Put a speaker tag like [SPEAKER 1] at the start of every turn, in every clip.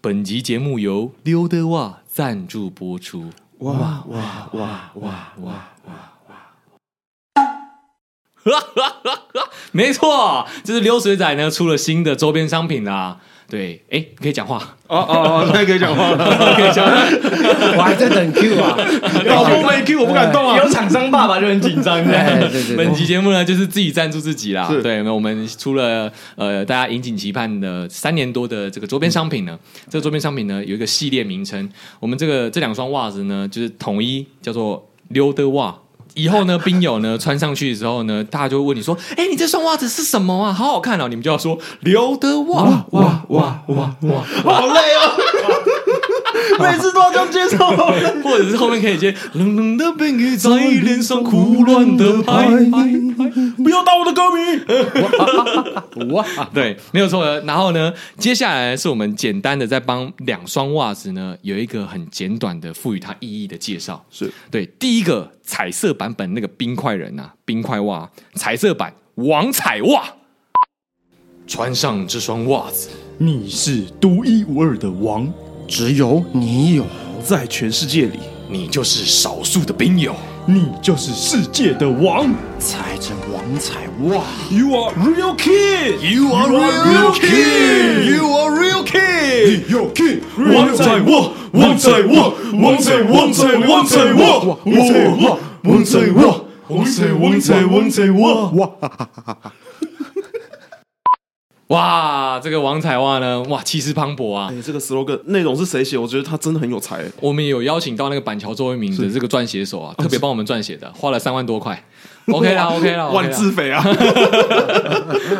[SPEAKER 1] 本集节目由溜得哇赞助播出。
[SPEAKER 2] 哇哇哇哇哇！
[SPEAKER 1] 没错，就是溜水仔呢出了新的周边商品啦。对，哎，可以讲话，
[SPEAKER 2] 哦哦哦，那可以讲话了。
[SPEAKER 1] 可以讲话。
[SPEAKER 3] 我还在等 Q 啊。
[SPEAKER 2] 老婆没 Q，我不敢动啊。
[SPEAKER 4] 有厂商爸爸就很紧张
[SPEAKER 3] 哎，
[SPEAKER 4] 的。
[SPEAKER 3] 对对
[SPEAKER 1] 本
[SPEAKER 3] 对，
[SPEAKER 1] 期节目呢，就是自己赞助自己啦
[SPEAKER 2] 是。
[SPEAKER 1] 对，那我们出了呃，大家引颈期盼的三年多的这个周边商品呢，这个周边商品呢有一个系列名称，我们这个这两双袜子呢，就是统一叫做溜的袜。以后呢，冰友呢穿上去之后呢，大家就会问你说：“哎、你这双袜子是什么啊？好好看哦！”你们就要说“溜的袜
[SPEAKER 2] 哇哇哇哇！好累哦，每次都要这样接受。”，
[SPEAKER 1] 或者是后面可以接“冷冷的冰雨在脸上胡乱的拍”，不要打我的歌迷。
[SPEAKER 3] 哇，
[SPEAKER 1] 对，没有错的。然后呢，接下来是我们简单的在帮两双袜子呢有一个很简短的赋予它意义的介绍。
[SPEAKER 2] 是
[SPEAKER 1] 对，第一个彩色版本那个冰块人啊，冰块袜，彩色版王彩袜。穿上这双袜子，
[SPEAKER 2] 你是独一无二的王，
[SPEAKER 3] 只有你有。
[SPEAKER 2] 在全世界里，
[SPEAKER 1] 你就是少数的冰友。
[SPEAKER 2] 你就是世界的王。
[SPEAKER 3] 踩着王彩哇，
[SPEAKER 2] You are real king. You are real king. You are real king. Real king. 王在我，王在我，王在王在王在我，王在我，王在我，王在王在王在我。
[SPEAKER 1] 哇，这个王彩袜呢，哇，气势磅礴啊！
[SPEAKER 2] 哎，这个 slogan 内容是谁写？我觉得他真的很有才。
[SPEAKER 1] 我们有邀请到那个板桥周慧敏的这个撰写手啊，特别帮我们撰写的，花了三万多块。OK 啦，OK 啦，OK 啦
[SPEAKER 2] 万字肥啊！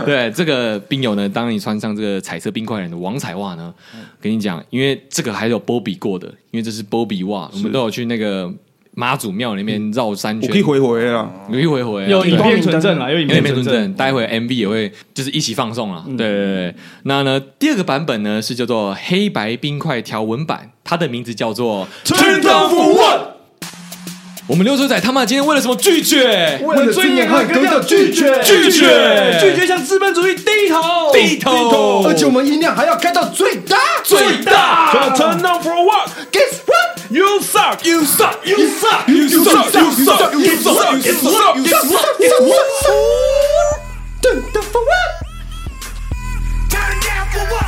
[SPEAKER 1] 对这个冰友呢，当你穿上这个彩色冰块人的王彩袜呢，跟你讲，因为这个还有波比过的，因为这是波比袜，我们都有去那个妈祖庙里面绕三圈，
[SPEAKER 2] 回回啊！
[SPEAKER 1] 有一回回啊
[SPEAKER 4] 有
[SPEAKER 1] 对
[SPEAKER 4] 影片存证啦，有影
[SPEAKER 1] 有点
[SPEAKER 4] 片
[SPEAKER 1] 没
[SPEAKER 4] 存
[SPEAKER 1] 存
[SPEAKER 4] 证。
[SPEAKER 1] 证，待会 MV 也会就是一起放送了。对对对，那呢第二个版本呢是叫做黑白冰块条纹版，它的名字叫做
[SPEAKER 2] Turn down for what？
[SPEAKER 1] 我们溜水仔他妈今天为了什么拒绝？
[SPEAKER 4] 为了尊严和格调拒绝，
[SPEAKER 1] 拒绝
[SPEAKER 4] 拒绝向资本主义低头，
[SPEAKER 1] 低头，
[SPEAKER 3] 而且我们音量还要开到最大。
[SPEAKER 1] 最大。
[SPEAKER 2] Turn down for what?
[SPEAKER 3] Guess what？
[SPEAKER 2] You suck, you suck, you suck, you suck, you suck, you suck, you suck, you suck.
[SPEAKER 3] 等等风啊！
[SPEAKER 5] Turn down for what?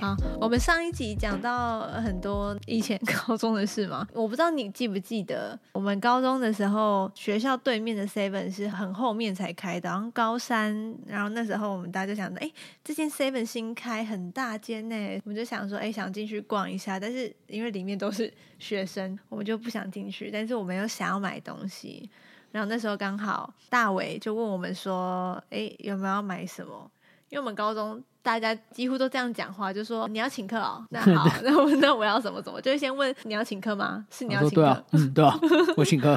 [SPEAKER 6] 好，我们上一集讲到很多以前高中的事嘛， 我不知道你记不记得，我们高中的时候，学校对面的 Seven 是很后面才开的，然后高三，然后那时候我们大家就想着，哎、这间 Seven 新开很大间呢，我们就想说，哎、想进去逛一下，但是因为里面都是学生，我们就不想进去，但是我们又想要买东西。然后那时候刚好大伟就问我们说：“哎，有没有要买什么？”因为我们高中大家几乎都这样讲话，就说你要请客哦，那好， 那我那我要什么什么，就会先问你要请客吗？是你
[SPEAKER 3] 你
[SPEAKER 6] 要请客，
[SPEAKER 3] 对啊， 嗯对啊，我请客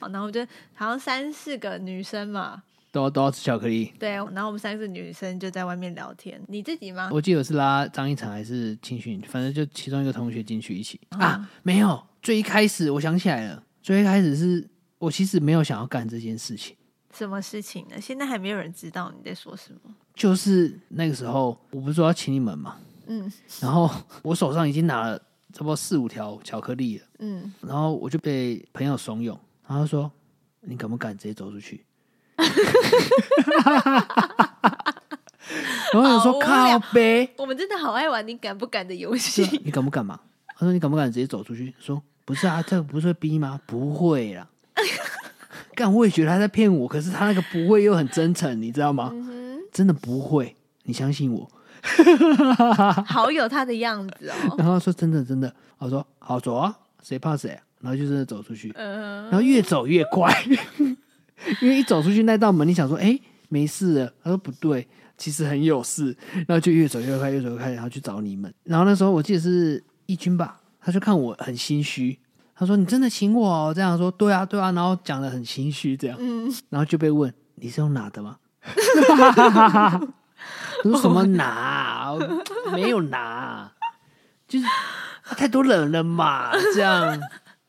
[SPEAKER 6] 好，然后我们就好像三四个女生嘛，
[SPEAKER 3] 都要都要吃巧克力。
[SPEAKER 6] 对，然后我们三四个女生就在外面聊天，你自己吗？
[SPEAKER 3] 我记得我是拉张一成还是青训，反正就其中一个同学进去一起
[SPEAKER 6] 嗯
[SPEAKER 3] 啊，没有。最一开始我想起来了，最一开始是我其实没有想要干这件事情，
[SPEAKER 6] 什么事情呢？现在还没有人知道你在说什么。
[SPEAKER 3] 就是那个时候我不是说要请你们嘛，
[SPEAKER 6] 嗯
[SPEAKER 3] 然 后我手上已经拿了差不多四五条巧克力了，
[SPEAKER 6] 嗯，
[SPEAKER 3] 然后我就被朋友怂恿，然后他说你敢不敢直接走出去？ 然后我想
[SPEAKER 6] 好
[SPEAKER 3] 说
[SPEAKER 6] 无聊
[SPEAKER 3] 靠呗，
[SPEAKER 6] 我们真的好爱玩你敢不敢的游
[SPEAKER 3] 对啊
[SPEAKER 6] 戏。
[SPEAKER 3] 你敢不敢嘛？他说你敢不敢直接走出去？说不是啊，这个不是会逼吗？不会啦。 干，我也觉得他在骗我，可是他那个不会又很真诚，你知道吗？真的不会，你相信我。
[SPEAKER 6] 好有他的样子哦。
[SPEAKER 3] 然后说真的真的，我说好走啊，谁怕谁啊、然后就真的走出去，
[SPEAKER 6] 嗯、
[SPEAKER 3] 然后越走越快， 因为一走出去那道门，你想说哎、诶没事了，他说不对，其实很有事，然后就越走越快，越走越快，然后去找你们。然后那时候我记得是义军吧，他就看我很心虚，他说你真的请我、哦？这样说对啊对啊，然后讲的很心虚这样，然后就被问你是用哪的吗？ 我说什么拿、 我没有拿、啊就是、 啊太多人了 嘛，这样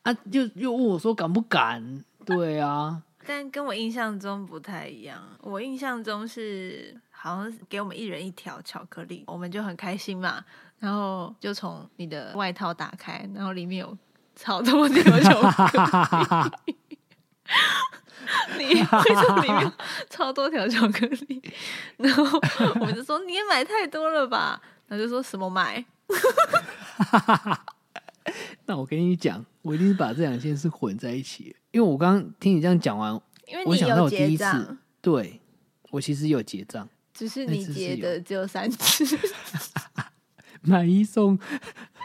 [SPEAKER 3] 啊，又又问我说敢不敢？对啊，
[SPEAKER 6] 但跟我印象中不太一样。我印象中是好像是给我们一人一条巧克力，我们就很开心嘛，然后就从你的外套打开，然后里面有超多 条巧克力。你 为什么里面有超多条巧克力？然后我们就说你也买太多了吧，然后就说什么买？
[SPEAKER 3] 那我跟你讲，我一定是把这两件事混在一起，因为我刚刚听你这样讲完，
[SPEAKER 6] 因为
[SPEAKER 3] 我
[SPEAKER 6] 你
[SPEAKER 3] 想到
[SPEAKER 6] 有
[SPEAKER 3] 我第
[SPEAKER 6] 结
[SPEAKER 3] 一次
[SPEAKER 6] 账，，
[SPEAKER 3] 对我其实有结账，
[SPEAKER 6] 只是
[SPEAKER 3] 那
[SPEAKER 6] 你
[SPEAKER 3] 次是
[SPEAKER 6] 结
[SPEAKER 3] 有
[SPEAKER 6] 的只有三次。
[SPEAKER 3] 买一送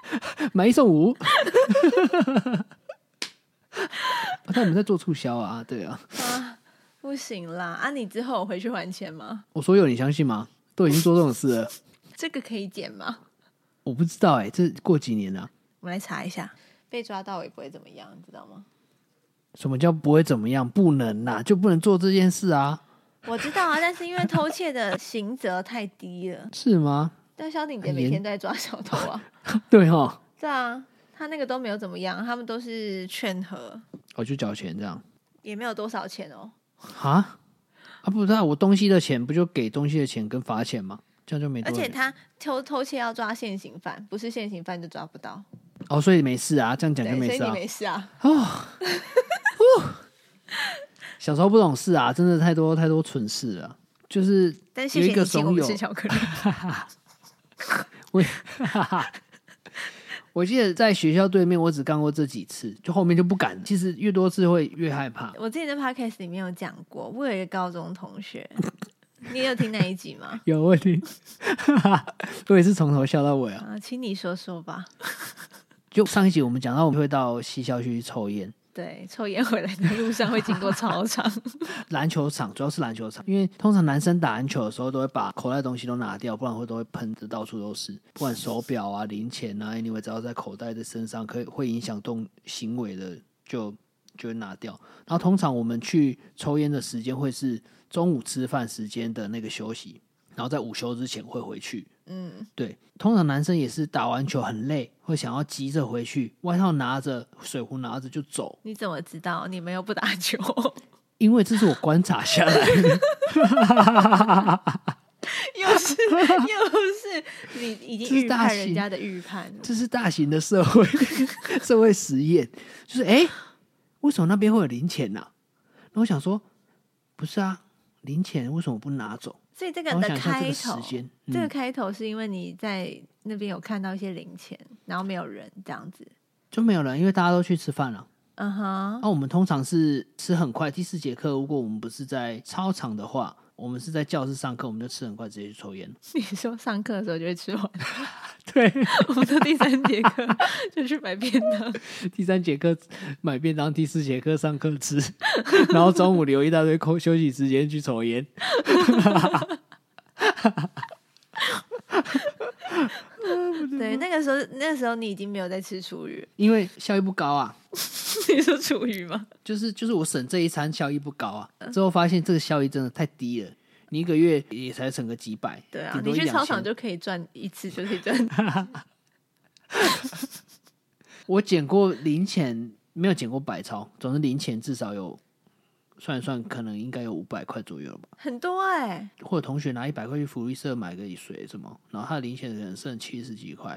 [SPEAKER 3] 买一送五。 啊但你们在做促销啊？对啊，
[SPEAKER 6] 不行啦！啊，你之后有回去还钱吗？
[SPEAKER 3] 我说有你相信吗？都已经做这种事了，
[SPEAKER 6] 这个可以减吗？
[SPEAKER 3] 我不知道哎、这过几年啊？
[SPEAKER 6] 我们来查一下，被抓到也不会怎么样，你知道吗？
[SPEAKER 3] 什么叫不会怎么样？不能呐、就不能做这件事啊？
[SPEAKER 6] 我知道啊，但是因为偷窃的刑责太低了，
[SPEAKER 3] 是吗？
[SPEAKER 6] 但萧鼎杰
[SPEAKER 3] 很
[SPEAKER 6] 每
[SPEAKER 3] 严
[SPEAKER 6] 天都在抓小偷啊。
[SPEAKER 3] 对哦哈，
[SPEAKER 6] 对啊，他那个都没有怎么样，他们都是劝和，
[SPEAKER 3] 我去缴钱这样
[SPEAKER 6] 也没有多少钱哦。
[SPEAKER 3] 啊啊！不知道我东西的钱不就给东西的钱跟罚钱吗？这样就没多
[SPEAKER 6] 而
[SPEAKER 3] 少
[SPEAKER 6] 且
[SPEAKER 3] 钱
[SPEAKER 6] 他偷偷窃要抓现行犯，不是现行犯就抓不到。
[SPEAKER 3] 哦，所以没事啊，这样讲
[SPEAKER 6] 对
[SPEAKER 3] 就，
[SPEAKER 6] 所
[SPEAKER 3] 没
[SPEAKER 6] 以
[SPEAKER 3] 事
[SPEAKER 6] 你
[SPEAKER 3] 啊。
[SPEAKER 6] 没事啊。
[SPEAKER 3] 小时候不懂事啊，真的太多太多蠢事了。就是
[SPEAKER 6] 但
[SPEAKER 3] 有
[SPEAKER 6] 谢
[SPEAKER 3] 一
[SPEAKER 6] 谢
[SPEAKER 3] 个
[SPEAKER 6] 你请
[SPEAKER 3] 怂
[SPEAKER 6] 我们
[SPEAKER 3] 友
[SPEAKER 6] 吃巧克力。
[SPEAKER 3] 我，哈哈，我记得在学校对面，我只干过这几次，就后面就不敢。其实越多次会越害怕。
[SPEAKER 6] 我之前在 podcast 里面有讲过，我有一个高中同学，你也有听那一集吗？
[SPEAKER 3] 有问题， 我也是从头笑到尾啊。
[SPEAKER 6] 啊，请你说说吧。
[SPEAKER 3] 就上一集我们讲到，我们会到西校区去抽烟，
[SPEAKER 6] 对，抽烟回来的路上会经过操场，
[SPEAKER 3] 篮球场主要是篮球场，因为通常男生打篮球的时候都会把口袋的东西都拿掉，不然会都会喷的到处都是，不管手表啊、零钱啊，anyway，只要在口袋的身上可以会影响动行为的，就就会拿掉。然后通常我们去抽烟的时间会是中午吃饭时间的那个休息，然后在午休之前会回去。
[SPEAKER 6] 嗯，
[SPEAKER 3] 对，通常男生也是打完球很累，会想要急着回去，外套拿着，水壶拿着就走。
[SPEAKER 6] 你怎么知道？你们又不打球，
[SPEAKER 3] 因为这是我观察下来的，
[SPEAKER 6] 又是又是你已
[SPEAKER 3] 这
[SPEAKER 6] 经
[SPEAKER 3] 是
[SPEAKER 6] 预
[SPEAKER 3] 大
[SPEAKER 6] 判人
[SPEAKER 3] 型
[SPEAKER 6] 家的预判，
[SPEAKER 3] 这是大型的社会 社会实验，就是哎、诶为什么那边会有零钱呐、然后我想说，不是啊，零钱为什么不拿走？
[SPEAKER 6] 所以这个
[SPEAKER 3] 然
[SPEAKER 6] 你
[SPEAKER 3] 后
[SPEAKER 6] 的
[SPEAKER 3] 想一下这
[SPEAKER 6] 开
[SPEAKER 3] 个时
[SPEAKER 6] 头，
[SPEAKER 3] 间，
[SPEAKER 6] 这个
[SPEAKER 3] 嗯，
[SPEAKER 6] 开头是因为你在那边有看到一些零钱，然后没有人这样子，
[SPEAKER 3] 就没有了，因为大家都去吃饭了。
[SPEAKER 6] 嗯哼，
[SPEAKER 3] 那、我们通常是吃很快。第四节课，如果我们不是在操场的话，我们是在教室上课，我们就吃很快，直接去抽烟 了。
[SPEAKER 6] 你说上课的时候就会吃完，
[SPEAKER 3] 对，
[SPEAKER 6] 我们到第三节课 就去买便当，
[SPEAKER 3] 第三节课买便当，第四节课上课吃，然后中午留一大堆空休息时间去抽烟。嗯
[SPEAKER 6] 对，那个时候那个时候你已经没有在吃厨 余，
[SPEAKER 3] 因为效益不高啊，
[SPEAKER 6] 你说厨余吗？
[SPEAKER 3] 就是就是我省这一餐效益不高啊，
[SPEAKER 6] 嗯
[SPEAKER 3] 之后发现这个效益真的太低了，你一个月也才省个几百，
[SPEAKER 6] 对啊
[SPEAKER 3] 顶，
[SPEAKER 6] 你
[SPEAKER 3] 多一
[SPEAKER 6] 去
[SPEAKER 3] 两
[SPEAKER 6] 操
[SPEAKER 3] 千
[SPEAKER 6] 场就可以赚一次，就是 赚。
[SPEAKER 3] 我捡过零钱，没有捡过百钞，总之零钱至少有算一算，可能应该有五百块左右了吧。
[SPEAKER 6] 很多哎、
[SPEAKER 3] 或者同学拿一百块去福利社买个水什么，然后他的零钱可能剩七十几块，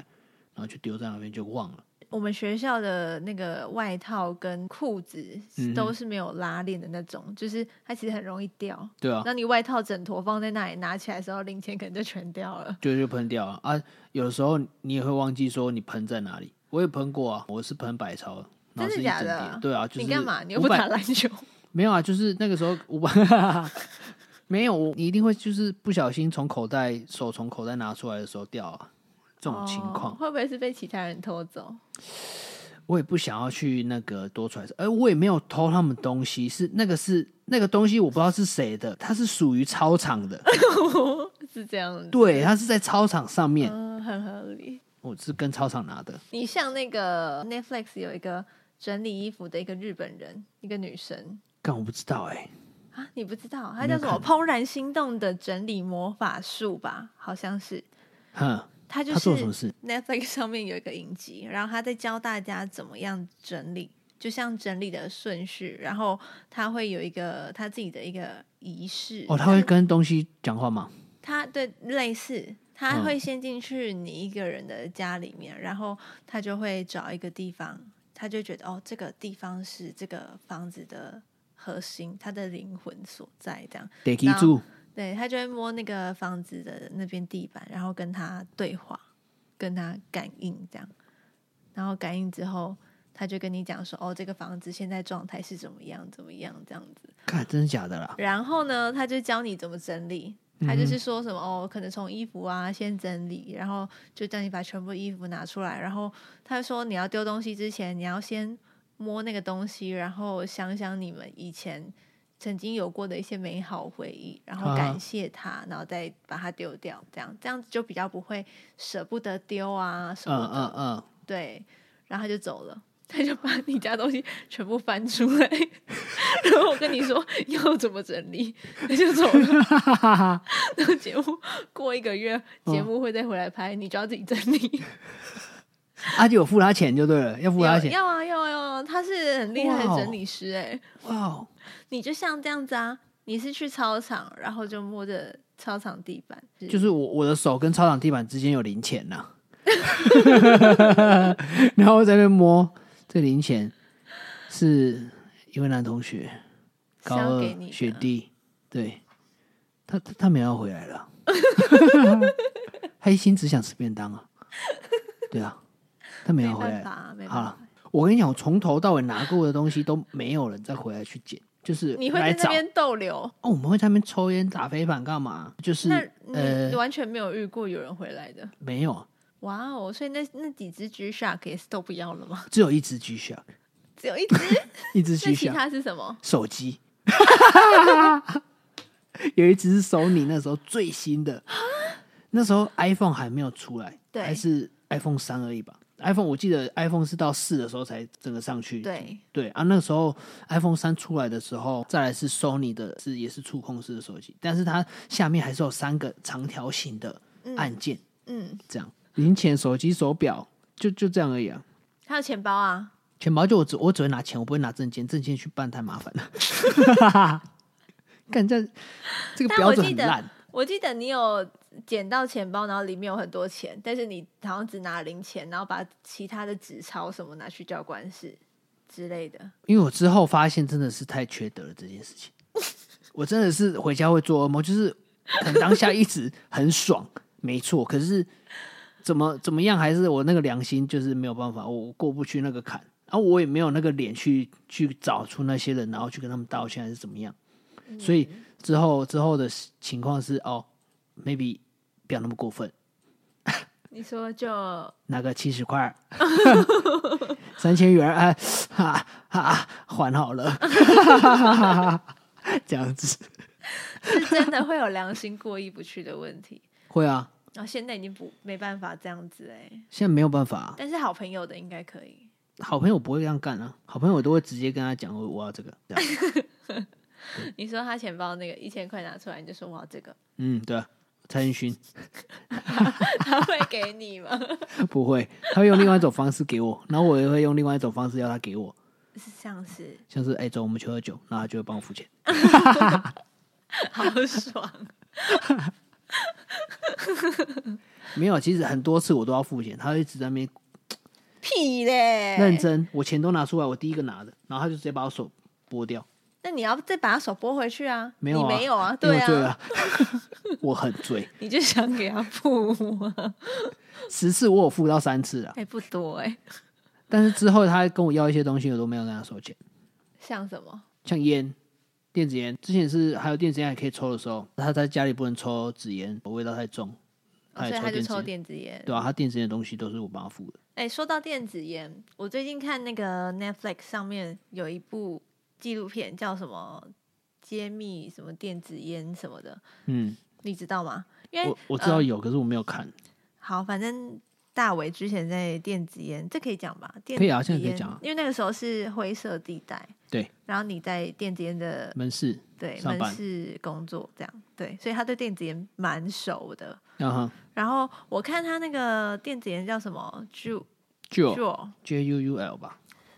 [SPEAKER 3] 然后就丢在那边就忘了。
[SPEAKER 6] 我们学校的那个外套跟裤子
[SPEAKER 3] 嗯哼
[SPEAKER 6] 都是没有拉链的那种，就是它其实很容易掉。
[SPEAKER 3] 对啊，
[SPEAKER 6] 那你外套整坨放在那里，拿起来的时候零钱可能就全掉了。
[SPEAKER 3] 就就喷掉了啊。有的时候你也会忘记说你喷在哪里，我也喷过啊，我是喷百钞的，然后
[SPEAKER 6] 真
[SPEAKER 3] 是
[SPEAKER 6] 的
[SPEAKER 3] 一
[SPEAKER 6] 假
[SPEAKER 3] 整
[SPEAKER 6] 的
[SPEAKER 3] 叠。？对啊，就是
[SPEAKER 6] 你干嘛？你又
[SPEAKER 3] 500
[SPEAKER 6] 不打篮球？
[SPEAKER 3] 没有啊，就是那个时候五百， 没有，你一定会就是不小心从口袋手从口袋拿出来的时候掉啊，这种情况、
[SPEAKER 6] 哦会不会是被其他人偷走？
[SPEAKER 3] 我也不想要去那个多揣测，而哎我也没有偷他们东西，是那个是那个东西我不知道是谁的，它是属于操场 的，
[SPEAKER 6] 是这样子，
[SPEAKER 3] 对，它是在操场上面，
[SPEAKER 6] 嗯，很合理。
[SPEAKER 3] 我是跟操场拿的，
[SPEAKER 6] 你像那个 Netflix 有一个整理衣服的一个日本人，一个女生
[SPEAKER 3] 但我不知道哎、
[SPEAKER 6] 啊，你不知道，她叫什么？怦然心动的整理魔法术吧，好像是。
[SPEAKER 3] 哼，
[SPEAKER 6] 她就
[SPEAKER 3] 她
[SPEAKER 6] 是
[SPEAKER 3] 做了什么事
[SPEAKER 6] Netflix 上面有一个影集，然后她在教大家怎么样整理，就像整理的顺序，然后她会有一个她自己的一个仪式。
[SPEAKER 3] 哦，他会跟东西讲话吗？
[SPEAKER 6] 他对类似，他
[SPEAKER 3] 嗯
[SPEAKER 6] 会先进去你一个人的家里面，然后他就会找一个地方，他就觉得哦，这个地方是这个房子的核心，它的灵魂所在，这样。
[SPEAKER 3] 得记住，
[SPEAKER 6] 对他就会摸那个房子的那边地板，然后跟他对话，跟他感应这样，然后感应之后。他就跟你讲说，哦，这个房子现在状态是怎么样，怎么样，这样子。
[SPEAKER 3] 看真的假的啦，
[SPEAKER 6] 然后呢，他就教你怎么整理。
[SPEAKER 3] 嗯
[SPEAKER 6] 他就是说什么哦，可能从衣服啊先整理，然后就叫你把全部衣服拿出来。然后他说你要丢东西之前，你要先摸那个东西，然后想想你们以前曾经有过的一些美好回忆，然后
[SPEAKER 3] 啊
[SPEAKER 6] 感谢他，然后再把它丢掉。这样这样子就比较不会舍不得丢啊什
[SPEAKER 3] 嗯
[SPEAKER 6] 么的。
[SPEAKER 3] 嗯嗯，
[SPEAKER 6] 对，然后他就走了，他就把你家东西全部翻出来， 然后我跟你说要怎么整理，他就走了。
[SPEAKER 3] 嗯
[SPEAKER 6] 那个节目过一个月，节目会再回来拍，你就要自己整 理。
[SPEAKER 3] 阿姐有付他钱啊就对了，要付他
[SPEAKER 6] 要
[SPEAKER 3] 钱，
[SPEAKER 6] 要啊要啊要啊，他是很厉害的
[SPEAKER 3] 哇哦
[SPEAKER 6] 整理师哎、
[SPEAKER 3] 哇哦，
[SPEAKER 6] 你就像这样子啊，你是去操场，然后就摸着操场地板，
[SPEAKER 3] 就是我我的手跟操场地板之间有零 钱呐、然后我在那边摸这零钱，是一位男同学，高
[SPEAKER 6] 要给你
[SPEAKER 3] 二
[SPEAKER 6] 的
[SPEAKER 3] 学弟，对他他他没有要回 来了，他一心只想吃便当啊，对啊，他没有
[SPEAKER 6] 没
[SPEAKER 3] 要回
[SPEAKER 6] 办
[SPEAKER 3] 来
[SPEAKER 6] 法，啊，没办
[SPEAKER 3] 好
[SPEAKER 6] 法
[SPEAKER 3] 了。，我跟你讲，我从头到尾拿过的东西都没有人再回来去捡，就是
[SPEAKER 6] 你会
[SPEAKER 3] 来
[SPEAKER 6] 在那
[SPEAKER 3] 找。
[SPEAKER 6] 边逗留，
[SPEAKER 3] 哦，我们会在那边抽烟、打飞板干嘛？就是
[SPEAKER 6] 那
[SPEAKER 3] 呃
[SPEAKER 6] 你，完全没有遇过有人回来的。
[SPEAKER 3] 没有，
[SPEAKER 6] 哇哦！所以那那几只 G Shark 也是都不要了吗？
[SPEAKER 3] 只有一只 G Shock，
[SPEAKER 6] 只有一只，
[SPEAKER 3] 一只
[SPEAKER 6] 那
[SPEAKER 3] G
[SPEAKER 6] 其
[SPEAKER 3] Shock
[SPEAKER 6] 他是什么？
[SPEAKER 3] 手机，有一只是 Sony 那时候最新的，那时候 iPhone 还没有出来，
[SPEAKER 6] 对
[SPEAKER 3] 还是 iPhone 三而已吧。iPhone 我记得 iPhone 是到四的时候才整个上去，
[SPEAKER 6] 对
[SPEAKER 3] 对啊，那时候 iPhone 三出来的时候，再来是 Sony 的是也是触控式的手机，但是它下面还是有三个长条形的按键，
[SPEAKER 6] 嗯，
[SPEAKER 3] 这样零钱、手机、手表，就就这样而已啊。
[SPEAKER 6] 还有钱包啊，
[SPEAKER 3] 钱包就我只我只会拿钱，我不会拿证件，证件去办太麻烦了。 干这这个
[SPEAKER 6] 但
[SPEAKER 3] 标
[SPEAKER 6] 我
[SPEAKER 3] 准
[SPEAKER 6] 记
[SPEAKER 3] 很
[SPEAKER 6] 得
[SPEAKER 3] 烂，，
[SPEAKER 6] 我记得你有捡到钱包，然后里面有很多钱，但是你好像只拿零钱，然后把其他的纸钞什么拿去教官室之类的。
[SPEAKER 3] 因为我之后发现真的是太缺德了这件事情，我真的是回家会做噩梦，就是可能当下一直很爽，没错，可是怎么怎么样还是我那个良心就是没有办法，我我过不去那个坎，然、后我也没有那个脸去去找出那些人，然后去跟他们道歉还是怎么样，所以之后之后的情况是哦，maybe 不要那么过分。
[SPEAKER 6] 你说就
[SPEAKER 3] 拿个七十块儿，三千元，哎，哈哈，还好了， 这样子
[SPEAKER 6] 是真的会有良心过意不去的问题。
[SPEAKER 3] 会啊，
[SPEAKER 6] 然后现在已经不没办法这样子哎、
[SPEAKER 3] 现在没有办法啊、
[SPEAKER 6] 但是好朋友的应该可以。
[SPEAKER 3] 好朋友不会这样干啊，好朋友我都会直接跟他讲，我我要这个，这样，
[SPEAKER 6] 你说他钱包那个一千块拿出来，你就说哇这个，
[SPEAKER 3] 嗯，对、啊，蔡恩勋
[SPEAKER 6] 他会给你吗？
[SPEAKER 3] 不会，他会用另外一种方式给我，然后我也会用另外一种方式要他给我，
[SPEAKER 6] 是像 是
[SPEAKER 3] 像是哎，走，我们去喝酒，然后他就会帮我付钱，
[SPEAKER 6] 好爽，
[SPEAKER 3] 没有，其实很多次我都要付钱，他会一直在那边
[SPEAKER 6] 屁嘞！
[SPEAKER 3] 认真，我钱都拿出来，我第一个拿的，然后他就直接把我手剥掉。
[SPEAKER 6] 那你要再把他手拨回去啊？
[SPEAKER 3] 没有、啊，
[SPEAKER 6] 你没有啊？
[SPEAKER 3] 因
[SPEAKER 6] 对
[SPEAKER 3] 为我醉了， 我很醉，
[SPEAKER 6] 你就想给他付啊？
[SPEAKER 3] 十次我有付到三次啊，
[SPEAKER 6] 哎、不多哎、
[SPEAKER 3] 但是之后他跟我要一些东西，我都没有跟他收钱，
[SPEAKER 6] 像什么？
[SPEAKER 3] 像烟，电子烟，之前是还有电子烟还可以抽的时候，他在家里不能抽纸烟，味道太重，
[SPEAKER 6] 哦所
[SPEAKER 3] 也
[SPEAKER 6] 以他就
[SPEAKER 3] 抽
[SPEAKER 6] 抽
[SPEAKER 3] 电子烟。
[SPEAKER 6] 电子烟。
[SPEAKER 3] 对啊，他电子烟的东西都是我帮他付的。
[SPEAKER 6] 哎、说到电子烟，我最近看那个 Netflix 上面有一部纪录片，叫什么揭秘什么电子烟什么的，
[SPEAKER 3] 嗯，
[SPEAKER 6] 你知道吗？因为
[SPEAKER 3] 我我知道
[SPEAKER 6] 呃
[SPEAKER 3] 有，可是我没有看。
[SPEAKER 6] 好，反正大伟之前在电子烟，这可以讲吧？电
[SPEAKER 3] 可以啊
[SPEAKER 6] 子
[SPEAKER 3] 现在可以
[SPEAKER 6] 烟
[SPEAKER 3] 讲啊
[SPEAKER 6] 因为那个时候是灰色地带，
[SPEAKER 3] 对，
[SPEAKER 6] 然后你在电子烟的
[SPEAKER 3] 门市，
[SPEAKER 6] 对
[SPEAKER 3] 上
[SPEAKER 6] 门
[SPEAKER 3] 班
[SPEAKER 6] 市工作，这样对，所以他对电子烟蛮熟的。
[SPEAKER 3] 啊哈
[SPEAKER 6] 然后我看他那个电子烟叫什么 j u j
[SPEAKER 3] ，Juul
[SPEAKER 6] u
[SPEAKER 3] J U U L 吧，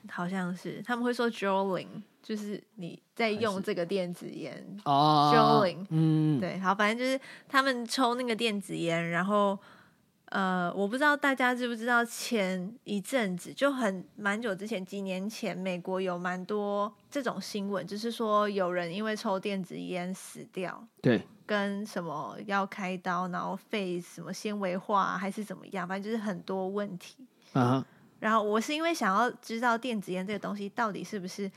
[SPEAKER 6] 好像是他们会说 j o l i n g 就是你在用这个电子烟。
[SPEAKER 3] 哦
[SPEAKER 6] Juuling
[SPEAKER 3] 嗯，
[SPEAKER 6] 对，好，反正就是他们抽那个电子烟，然后呃，我不知道大家知不知道，前一阵子就很蛮久之前，几年前，美国有蛮多这种新闻，就是说有人因为抽电子烟死掉，
[SPEAKER 3] 对，
[SPEAKER 6] 跟什么要开刀，然后肺什么纤维化啊还是怎么样，反正就是很多问题。
[SPEAKER 3] 啊哈，
[SPEAKER 6] 然后我是因为想要知道电子烟这个东西到底是不是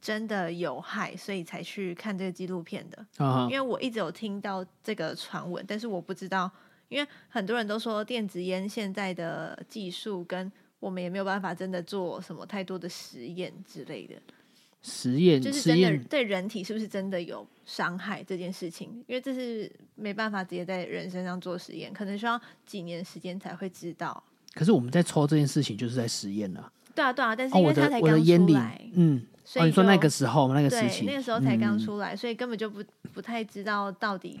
[SPEAKER 6] 真的有害，所以才去看这个纪录片的。
[SPEAKER 3] 啊
[SPEAKER 6] 因
[SPEAKER 3] 哈，
[SPEAKER 6] 为我一直有听到这个传闻，但是我不知道，因为很多人都说电子烟现在的技术跟我们也没有办法真的做什么太多的实验之类的，
[SPEAKER 3] 实验
[SPEAKER 6] 就是
[SPEAKER 3] 实
[SPEAKER 6] 真的
[SPEAKER 3] 验，
[SPEAKER 6] 对人体是不是真的有伤害这件事情，因为这是没办法直接在人身上做实验，可能需要几年时间才会知道。
[SPEAKER 3] 可是我们在抽这件事情就是在实验了。
[SPEAKER 6] 对啊，对啊，但是
[SPEAKER 3] 哦，
[SPEAKER 6] 因
[SPEAKER 3] 我
[SPEAKER 6] 为它
[SPEAKER 3] 的
[SPEAKER 6] 才
[SPEAKER 3] 我的
[SPEAKER 6] 刚
[SPEAKER 3] 烟
[SPEAKER 6] 出
[SPEAKER 3] 里
[SPEAKER 6] 来，，
[SPEAKER 3] 嗯，
[SPEAKER 6] 所以
[SPEAKER 3] 哦，你说那
[SPEAKER 6] 就
[SPEAKER 3] 个时候，那个时
[SPEAKER 6] 对，
[SPEAKER 3] 期，
[SPEAKER 6] 那个时候才刚
[SPEAKER 3] 嗯
[SPEAKER 6] 出来，所以根本就不不太知道到底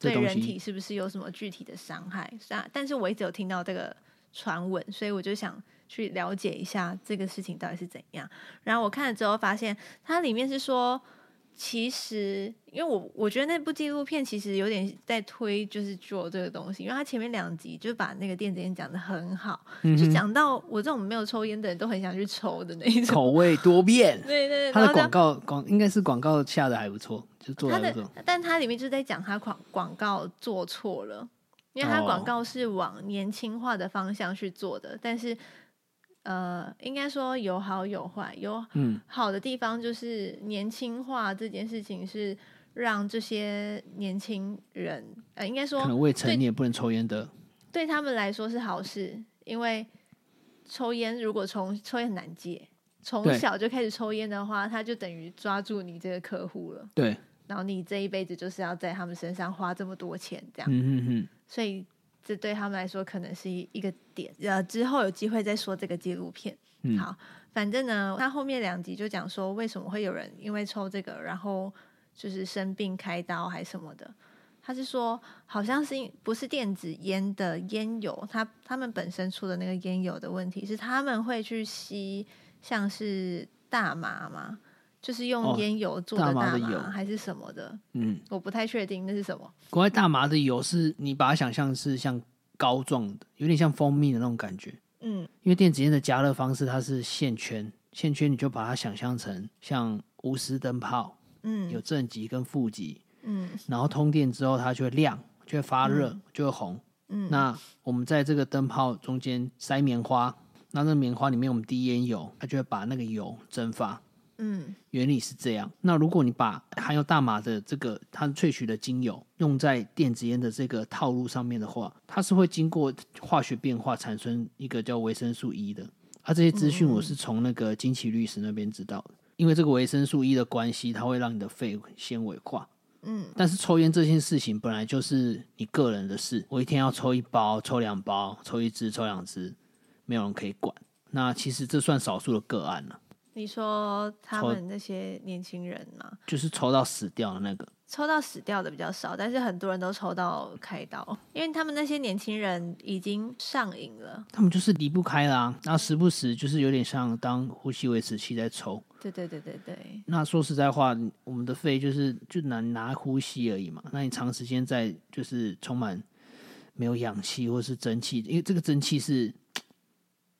[SPEAKER 3] 这
[SPEAKER 6] 对
[SPEAKER 3] 东
[SPEAKER 6] 人
[SPEAKER 3] 西
[SPEAKER 6] 体是不是有什么具体的伤害。是啊，但是我一直有听到这个传闻，所以我就想去了解一下这个事情到底是怎样。然后我看了之后发现，它里面是说，其实因为我我觉得那部纪录片其实有点在推就是做这个东西，因为它前面两集就把那个电子烟讲的很好，
[SPEAKER 3] 嗯
[SPEAKER 6] 就讲到我这种没有抽烟的人都很想去抽的那一种。
[SPEAKER 3] 口味多变。
[SPEAKER 6] 对 对对，
[SPEAKER 3] 它
[SPEAKER 6] 然
[SPEAKER 3] 的
[SPEAKER 6] 后这样
[SPEAKER 3] 广告广应该是广告下的还不错，就做
[SPEAKER 6] 它
[SPEAKER 3] 的还
[SPEAKER 6] 的
[SPEAKER 3] 不错。，
[SPEAKER 6] 但它里面就是在讲它广广告做错了，因为它
[SPEAKER 3] 哦
[SPEAKER 6] 广告是往年轻化的方向去做的，但是呃，应该说有好有坏，有
[SPEAKER 3] 嗯
[SPEAKER 6] 好的地方就是年轻化这件事情是让这些年轻人，呃，应该说
[SPEAKER 3] 可能未成年不能抽烟的，
[SPEAKER 6] 对他们来说是好事，因为抽烟如果从抽烟很难戒，从
[SPEAKER 3] 对
[SPEAKER 6] 小就开始抽烟的话，他就等于抓住你这个客户了。
[SPEAKER 3] 对，
[SPEAKER 6] 然后你这一辈子就是要在他们身上花这么多钱，这样，
[SPEAKER 3] 嗯嗯嗯，
[SPEAKER 6] 所以这对他们来说可能是一个点。呃，之后有机会再说这个纪录片。
[SPEAKER 3] 嗯
[SPEAKER 6] 好，反正呢，他后面两集就讲说为什么会有人因为抽这个，然后就是生病开刀还什么的。他是说，好像是因不是电子烟的烟油，他他们本身出的那个烟油的问题是他们会去吸，像是大麻嘛，就是
[SPEAKER 3] 哦
[SPEAKER 6] 用烟油做的
[SPEAKER 3] 大
[SPEAKER 6] 大
[SPEAKER 3] 麻的油
[SPEAKER 6] 还是什么的，
[SPEAKER 3] 嗯，
[SPEAKER 6] 我不太确定那是什么。
[SPEAKER 3] 国外大麻的油是你把它想象是像膏状的，有点像蜂蜜的那种感觉。
[SPEAKER 6] 嗯，
[SPEAKER 3] 因为电子烟的加热方式它是线圈，线圈你就把它想象成像钨丝灯泡，
[SPEAKER 6] 嗯
[SPEAKER 3] 有正极跟负极，
[SPEAKER 6] 嗯
[SPEAKER 3] 然后通电之后它就会亮，就会发热，就会红。
[SPEAKER 6] 嗯，
[SPEAKER 3] 那我们在这个灯泡中间塞棉花，那这棉花里面我们滴烟油，它就会把那个油蒸发。
[SPEAKER 6] 嗯
[SPEAKER 3] 原理是这样。那如果你把含有大麻的这个它萃取的精油用在电子烟的这个套路上面的话，它是会经过化学变化产生一个叫维生素 E 的。啊，这些资讯我是从那个金奇律师那边知道的，因为这个维生素 E 的关系，它会让你的肺纤维化。
[SPEAKER 6] 嗯，
[SPEAKER 3] 但是抽烟这件事情本来就是你个人的事，我一天要抽一包、抽两包、抽一支、抽两支，没有人可以管。那其实这算少数的个案了、
[SPEAKER 6] 你说他
[SPEAKER 3] 抽
[SPEAKER 6] 们那些年轻人嘛，
[SPEAKER 3] 就是抽到死掉的那个。
[SPEAKER 6] 抽到死掉的比较少，但是很多人都抽到开刀，因为他们那些年轻人已经上瘾了。
[SPEAKER 3] 他们就是离不开啦、然后时不时就是有点像当呼吸维持器在抽。
[SPEAKER 6] 对对对对对，
[SPEAKER 3] 那说实在话，我们的肺就是就难拿呼吸而已嘛。那你长时间在就是充满没有氧气或是蒸汽，因为这个蒸汽是，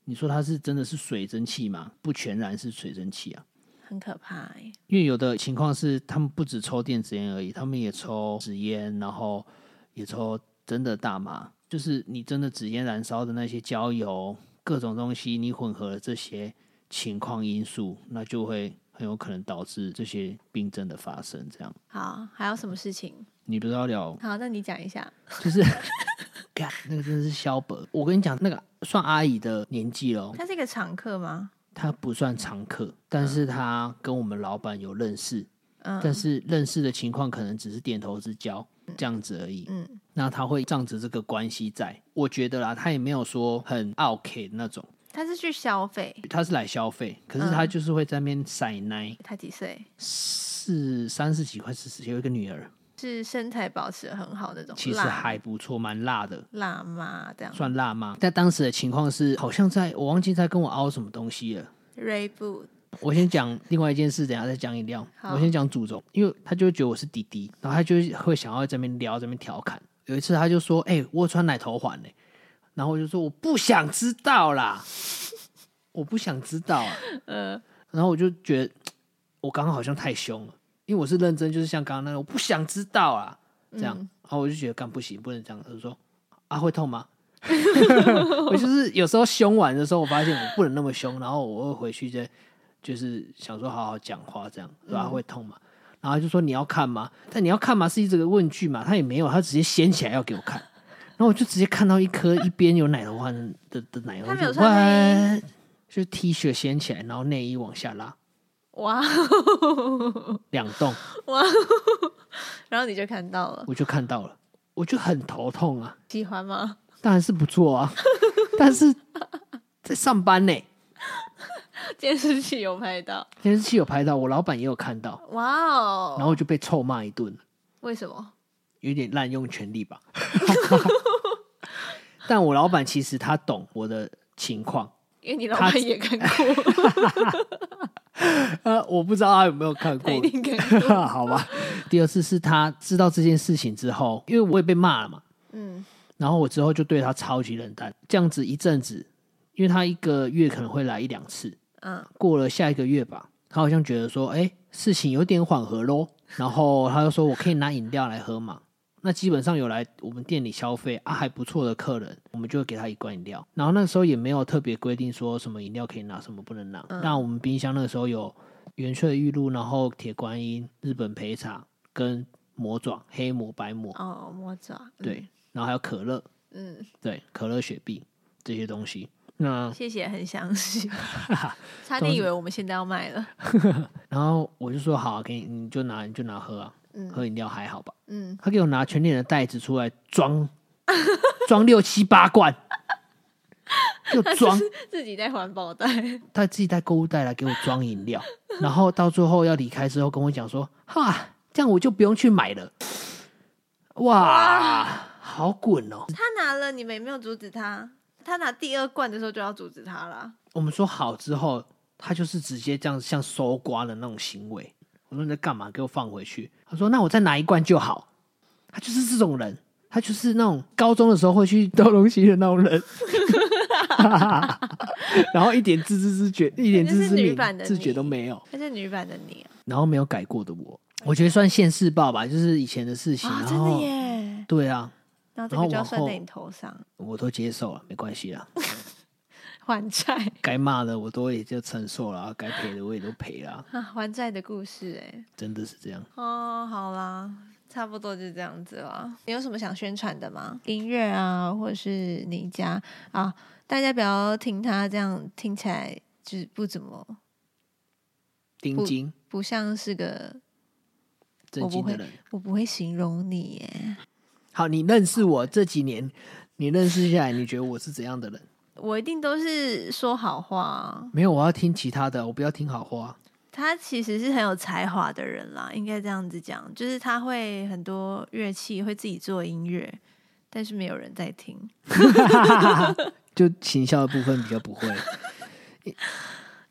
[SPEAKER 3] 你说它是真的是水蒸气吗？不全然是水蒸气啊，
[SPEAKER 6] 很可怕、欸。
[SPEAKER 3] 因为有的情况是他们不只抽电子烟而已，他们也抽纸烟，然后也抽真的大麻，就是你真的纸烟燃烧的那些焦油，各种东西，你混合了这些情况因素，那就会很有可能导致这些病症的发生。这样，
[SPEAKER 6] 好，还有什么事情？
[SPEAKER 3] 你不知道聊
[SPEAKER 6] 好，那你讲一下。
[SPEAKER 3] 就是 干那个真的是萧伯，我跟你讲，那个算阿姨的年纪了哦，
[SPEAKER 6] 他是一个常客吗？
[SPEAKER 3] 她不算常客，但是她跟我们老板有认识，
[SPEAKER 6] 嗯
[SPEAKER 3] 但是认识的情况可能只是点头之交这样子而已。
[SPEAKER 6] 嗯，
[SPEAKER 3] 那她会仗着这个关系在，我觉得啦，她也没有说很 OK 那种，
[SPEAKER 6] 他是去消费。
[SPEAKER 3] 她是来消费，可是她
[SPEAKER 6] 嗯
[SPEAKER 3] 就是会在那边塞奶，
[SPEAKER 6] 他几岁？
[SPEAKER 3] 四三十几块四十，有一个女儿，
[SPEAKER 6] 是身材保持得很好那种，
[SPEAKER 3] 其实
[SPEAKER 6] 辣
[SPEAKER 3] 还不错，蛮辣的。
[SPEAKER 6] 辣妈这样。
[SPEAKER 3] 算辣妈，但当时的情况是，好像在我忘记在跟我凹什么东西了，
[SPEAKER 6] Ray Boot
[SPEAKER 3] 我先讲另外一件事，等一下再讲饮料。
[SPEAKER 6] 好
[SPEAKER 3] 我先讲祖宗，因为他就会觉得我是弟弟，然后他就会想要在那边聊，在那边调侃。有一次他就说：“哎、我有穿奶头环呢、欸然后我就说：“我不想知道啦，我不想知道、啊。”然后我就觉得我刚刚好像太凶了，因为我是认真，就是像刚刚那个，我不想知道啊，这样。
[SPEAKER 6] 嗯
[SPEAKER 3] 然后我就觉得干不行，不能这样。他就说：“啊，会痛吗？” 我就是有时候凶完的时候，我发现我不能那么凶，然后我会回去再就是想说好好讲话这样，对
[SPEAKER 6] 嗯
[SPEAKER 3] 吧、会痛嘛？然后他就说你要看吗？但你要看吗是一这个问句嘛？他也没有，他直接掀起来要给我看，然后我就直接看到一颗一边有奶头花的的的奶头，
[SPEAKER 6] 他没有
[SPEAKER 3] 我就
[SPEAKER 6] 穿内
[SPEAKER 3] 哇就是 T 恤掀起来，然后内衣往下拉
[SPEAKER 6] 哇，哦
[SPEAKER 3] 两洞，
[SPEAKER 6] 然后你就看到了，
[SPEAKER 3] 我就看到了，我就很头痛啊，
[SPEAKER 6] 喜欢吗？
[SPEAKER 3] 当然是不错 啊，但是在上班呢、
[SPEAKER 6] 监视器有拍到，
[SPEAKER 3] 监视器有拍到，我老板也有看到，
[SPEAKER 6] 哇哦！
[SPEAKER 3] 然后就被臭骂一顿。
[SPEAKER 6] 为什么？
[SPEAKER 3] 有点滥用权力 吧。但我老板其实他懂我的情况，
[SPEAKER 6] 因为你老
[SPEAKER 3] 他
[SPEAKER 6] 板也看过，
[SPEAKER 3] 呃， 我不知道他有没有 看
[SPEAKER 6] 他
[SPEAKER 3] 过
[SPEAKER 6] 一，定看
[SPEAKER 3] 好吧。第二次是他知道这件事情之后，因为我也被骂了嘛，
[SPEAKER 6] 嗯，
[SPEAKER 3] 然后我之后就对他超级冷淡，这样子一阵子，因为他一个月可能会来一两次，
[SPEAKER 6] 嗯，
[SPEAKER 3] 过了下一个月吧，他好像觉得说，哎、事情有点缓和喽，然后他就说我可以拿饮料来喝嘛。那基本上有来我们店里消费啊，还不错的客人，我们就会给他一罐饮料。然后那时候也没有特别规定说什么饮料可以拿，什么不能拿。
[SPEAKER 6] 嗯
[SPEAKER 3] 那我们冰箱那个时候有元萃玉露，然后铁观音、日本焙茶跟魔爪、黑魔、白魔，
[SPEAKER 6] 哦，魔爪，嗯
[SPEAKER 3] 对，，然后还有可乐，
[SPEAKER 6] 嗯，
[SPEAKER 3] 对，可乐、雪碧这些东西。那
[SPEAKER 6] 谢谢，很详 细，差点以为我们现在要卖了，
[SPEAKER 3] 然后我就说好、啊，给你，你就拿，你就拿喝啊，
[SPEAKER 6] 嗯
[SPEAKER 3] 喝饮料还好吧？
[SPEAKER 6] 嗯，
[SPEAKER 3] 他给我拿全脸的袋子出来装， 装六七八 罐，就装，
[SPEAKER 6] 自己在环保袋，
[SPEAKER 3] 他自己带购物袋来给我装饮料，然后到最后要离开之后跟我讲说，哈，这样我就不用去买了，哇，好滚哦！
[SPEAKER 6] 他拿了，你们也没有阻止他，他拿第二罐的时候就要阻止他啦。
[SPEAKER 3] 我们说好之后，他就是直接这样像搜刮的那种行为。我说你在干嘛？给我放回去。他说那我再拿一罐就好。他就是这种人，他就是那种高中的时候会去偷东西的那 种人，然后一点自知之觉、一点自知之
[SPEAKER 6] 这是女
[SPEAKER 3] 明
[SPEAKER 6] 版的你
[SPEAKER 3] 自觉都没有，
[SPEAKER 6] 他是女版的你啊，
[SPEAKER 3] 然后没有改过的我，我觉得算现世报吧，就是以前的事情。
[SPEAKER 6] 啊
[SPEAKER 3] 然
[SPEAKER 6] 真的
[SPEAKER 3] 后
[SPEAKER 6] 耶！
[SPEAKER 3] 对啊，
[SPEAKER 6] 然后这
[SPEAKER 3] 然后
[SPEAKER 6] 个就要
[SPEAKER 3] 往
[SPEAKER 6] 算在
[SPEAKER 3] 后
[SPEAKER 6] 你头上，
[SPEAKER 3] 我都接受了，没关系啦。
[SPEAKER 6] 还债
[SPEAKER 3] 该骂的我都也就承受了啊，该赔的我也都赔了啊，
[SPEAKER 6] 啊，还债的故事哎。
[SPEAKER 3] 真的是这样。
[SPEAKER 6] 哦，好啦，差不多就这样子啦。你有什么想宣传的吗？音乐啊，或者是你家啊？大家不要听他这样听起来就是不怎么，
[SPEAKER 3] 丁
[SPEAKER 6] 不
[SPEAKER 3] 金
[SPEAKER 6] 不像是个
[SPEAKER 3] 震惊的人。
[SPEAKER 6] 我不会形容你耶。
[SPEAKER 3] 好，你认识我这几年，你认识下来，你觉得我是怎样的人？
[SPEAKER 6] 我一定都是说好话啊，
[SPEAKER 3] 没有，我要听其他的，我不要听好话。
[SPEAKER 6] 他其实是很有才华的人啦，应该这样子讲，就是他会很多乐器，会自己做音乐，但是没有人在听。
[SPEAKER 3] 就行销的部分比较不会。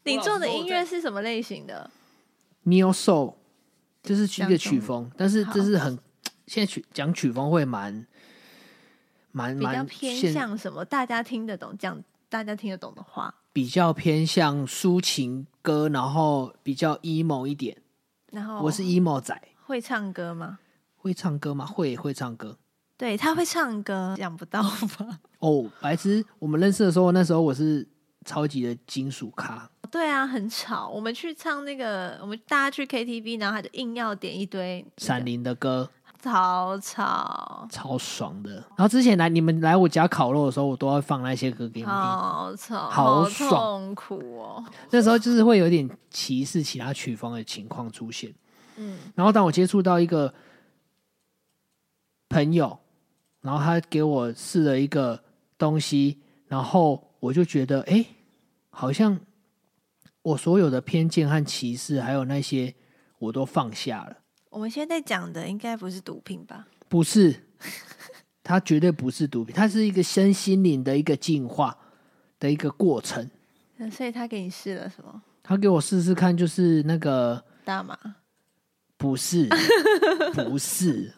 [SPEAKER 6] 你做的
[SPEAKER 4] 我老实说我
[SPEAKER 6] 音乐是什么类型的？
[SPEAKER 3] Neo Soul 就是一
[SPEAKER 6] 两
[SPEAKER 3] 个
[SPEAKER 6] 种
[SPEAKER 3] 曲风，但是这是很现在曲讲曲风会蛮蛮
[SPEAKER 6] 比较
[SPEAKER 3] 蛮
[SPEAKER 6] 偏
[SPEAKER 3] 现
[SPEAKER 6] 向什么？大家听得懂讲，大家听得懂的话，
[SPEAKER 3] 比较偏向抒情歌，然后比较 emo 一点。
[SPEAKER 6] 然后
[SPEAKER 3] 我是 emo 仔，
[SPEAKER 6] 会唱歌吗？
[SPEAKER 3] 会唱歌吗？会会唱歌。
[SPEAKER 6] 对他会唱歌，想不到吧？
[SPEAKER 3] 哦，白痴！我们认识的时候，那时候我是超级的金属咖，
[SPEAKER 6] 对啊，很吵。我们去唱那个，我们大家去 KTV，然后他就硬要点一堆
[SPEAKER 3] 闪灵的歌
[SPEAKER 6] 超吵，
[SPEAKER 3] 超爽的。然后之前来你们来我家烤肉的时候，我都要放那些歌给你听。
[SPEAKER 6] 好吵，
[SPEAKER 3] 好爽
[SPEAKER 6] 痛苦哦。
[SPEAKER 3] 那时候就是会有点歧视其他曲风的情况出现。
[SPEAKER 6] 嗯，
[SPEAKER 3] 然后当我接触到一个朋友，然后他给我试了一个东西，然后我就觉得，哎，好像我所有的偏见和歧视，还有那些我都放下了。
[SPEAKER 6] 我们现在讲的应该不是毒品吧？
[SPEAKER 3] 不是， 它绝对不是毒品，它是一个身心灵的一个进化的一个过程。
[SPEAKER 6] 嗯所以他给你试了什么？
[SPEAKER 3] 他给我试试看，就是那个
[SPEAKER 6] 大麻？
[SPEAKER 3] 不是，不是，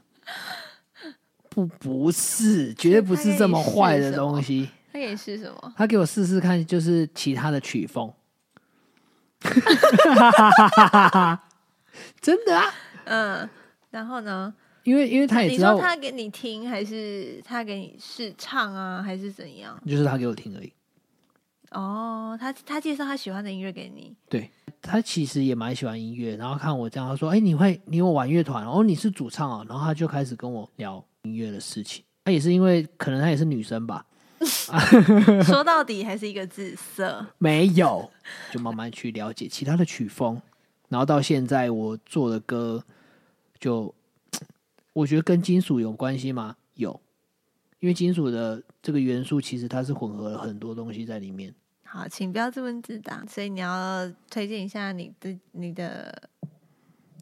[SPEAKER 3] 不不是，绝对不是这么坏的东西。
[SPEAKER 6] 他给你试什么？
[SPEAKER 3] 他给我试试看，就是其他的 曲风。真的啊，
[SPEAKER 6] 嗯，然后呢？
[SPEAKER 3] 因为因为他也
[SPEAKER 6] 你
[SPEAKER 3] 知道
[SPEAKER 6] 说
[SPEAKER 3] 我，
[SPEAKER 6] 他给你听，还是他给你试唱啊，还是怎样？
[SPEAKER 3] 就是他给我听而已。
[SPEAKER 6] 哦，他他介绍他喜欢的音乐给你，
[SPEAKER 3] 对他其实也蛮喜欢音乐，然后看我这样，他说：“哎、你会你有玩乐团哦？你是主唱哦。”然后他就开始跟我聊音乐的事情。他也是因为可能他也是女生吧，
[SPEAKER 6] 说到底还是一个字色。
[SPEAKER 3] 没有，就慢慢去了解其他的曲风。然后到现在我做的歌就，我觉得跟金属有关系吗？有，因为金属的这个元素其实它是混合了很多东西在里面。
[SPEAKER 6] 好，请不要自问自答。所以你要推荐一下你的你的，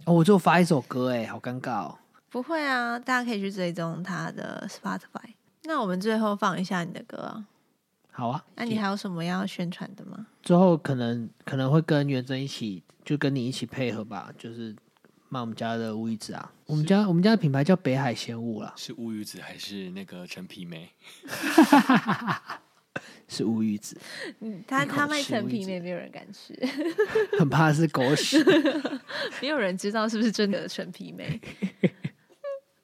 [SPEAKER 3] 哦，我就发一首歌，哎，好尴尬哦。
[SPEAKER 6] 不会啊，大家可以去追踪他的 Spotify。那我们最后放一下你的歌啊。
[SPEAKER 3] 好啊，
[SPEAKER 6] 那你还有什么要宣传的吗？
[SPEAKER 3] 之后可能可能会跟元真一起，就跟你一起配合吧，就是卖我们家的乌鱼子啊。我们家我们家的品牌叫北海鲜物啦，
[SPEAKER 2] 是乌鱼子还是那个陈皮梅？
[SPEAKER 3] 是乌鱼子，
[SPEAKER 6] 嗯，他
[SPEAKER 3] 口
[SPEAKER 6] 他卖
[SPEAKER 3] 气
[SPEAKER 6] 陈
[SPEAKER 3] 为
[SPEAKER 6] 皮
[SPEAKER 3] 止
[SPEAKER 6] 梅，没有人敢吃，
[SPEAKER 3] 很怕是狗屎。
[SPEAKER 6] 没有人知道是不是真的陈皮梅。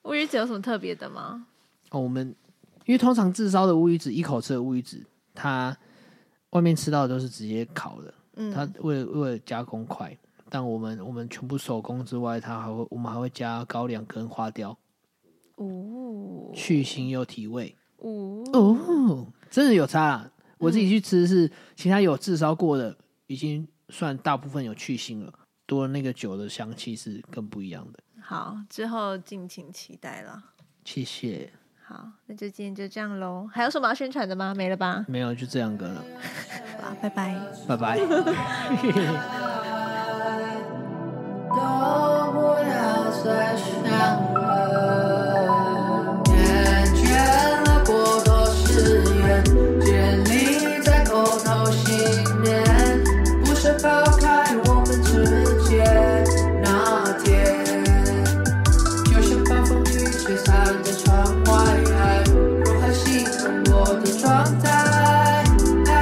[SPEAKER 6] 乌鱼子有什么特别的吗？
[SPEAKER 3] 哦，我们因为通常自烧的乌鱼子，一口吃的乌鱼子，它外面吃到的都是直接烤的，它
[SPEAKER 6] 嗯，
[SPEAKER 3] 为了为了加工快，但我们我们全部手工之外，它还会我们还会加高粱跟花雕，
[SPEAKER 6] 五
[SPEAKER 3] 去腥又提味。
[SPEAKER 6] 五
[SPEAKER 3] 哦，真的有差啦！我自己去吃是，其他有自烧过的，已经算大部分有去腥了，多了那个酒的香气是更不一样的。
[SPEAKER 6] 好，之后敬请期待了。
[SPEAKER 3] 谢谢，
[SPEAKER 6] 好，那就今天就这样喽。还有什么要宣传的吗？没了吧？
[SPEAKER 3] 没有就这两个了，
[SPEAKER 6] 好，拜拜。
[SPEAKER 3] 拜拜。
[SPEAKER 7] 都不要再想了，厌倦了过多誓言，建立在口头信念，不是抛开我们之间那天。就像暴风雨吹散的窗外，融合心和我的状态。I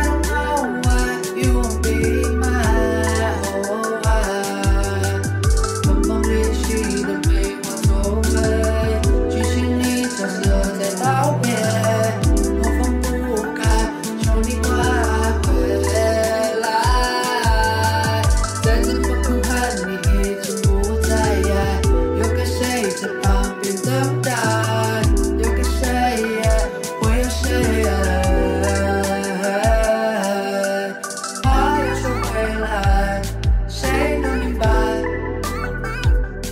[SPEAKER 7] don't know why you won't be mine. I 梦梦里戏的美化错位，剧情里角色在道别，我放不开，求你快回来。再怎么哭喊，你已经不在。有个谁在旁边等待？有个谁会有谁？话要说回来，谁能明白？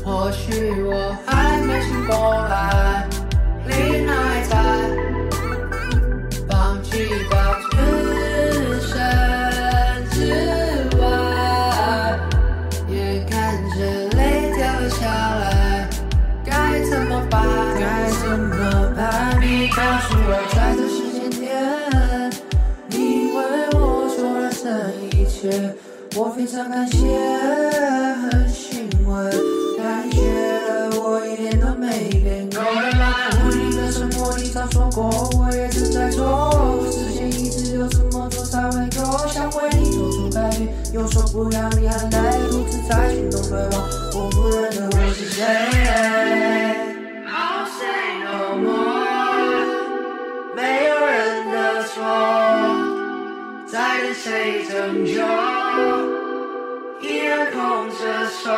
[SPEAKER 7] 或许我还没醒过来，你还在。放弃到置身之外，眼看着泪掉了下来，该怎么办？该怎么办？你告诉我，在这时间点，你为我做了这一切，我非常感谢，很欣慰，但你觉得我一点都没变。Go to line，无力的生活里常说过，我也正在做，时间一直有怎么做才会有？想为你做出改变，又说不要你还来独自在心中回望，我不认得我是谁。I'll say no more，没有人的错。再跟谁拯救，依然空着手，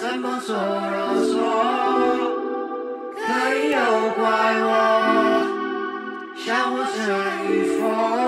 [SPEAKER 7] 怎么做都错，可以又怪我，想我这与否。oh,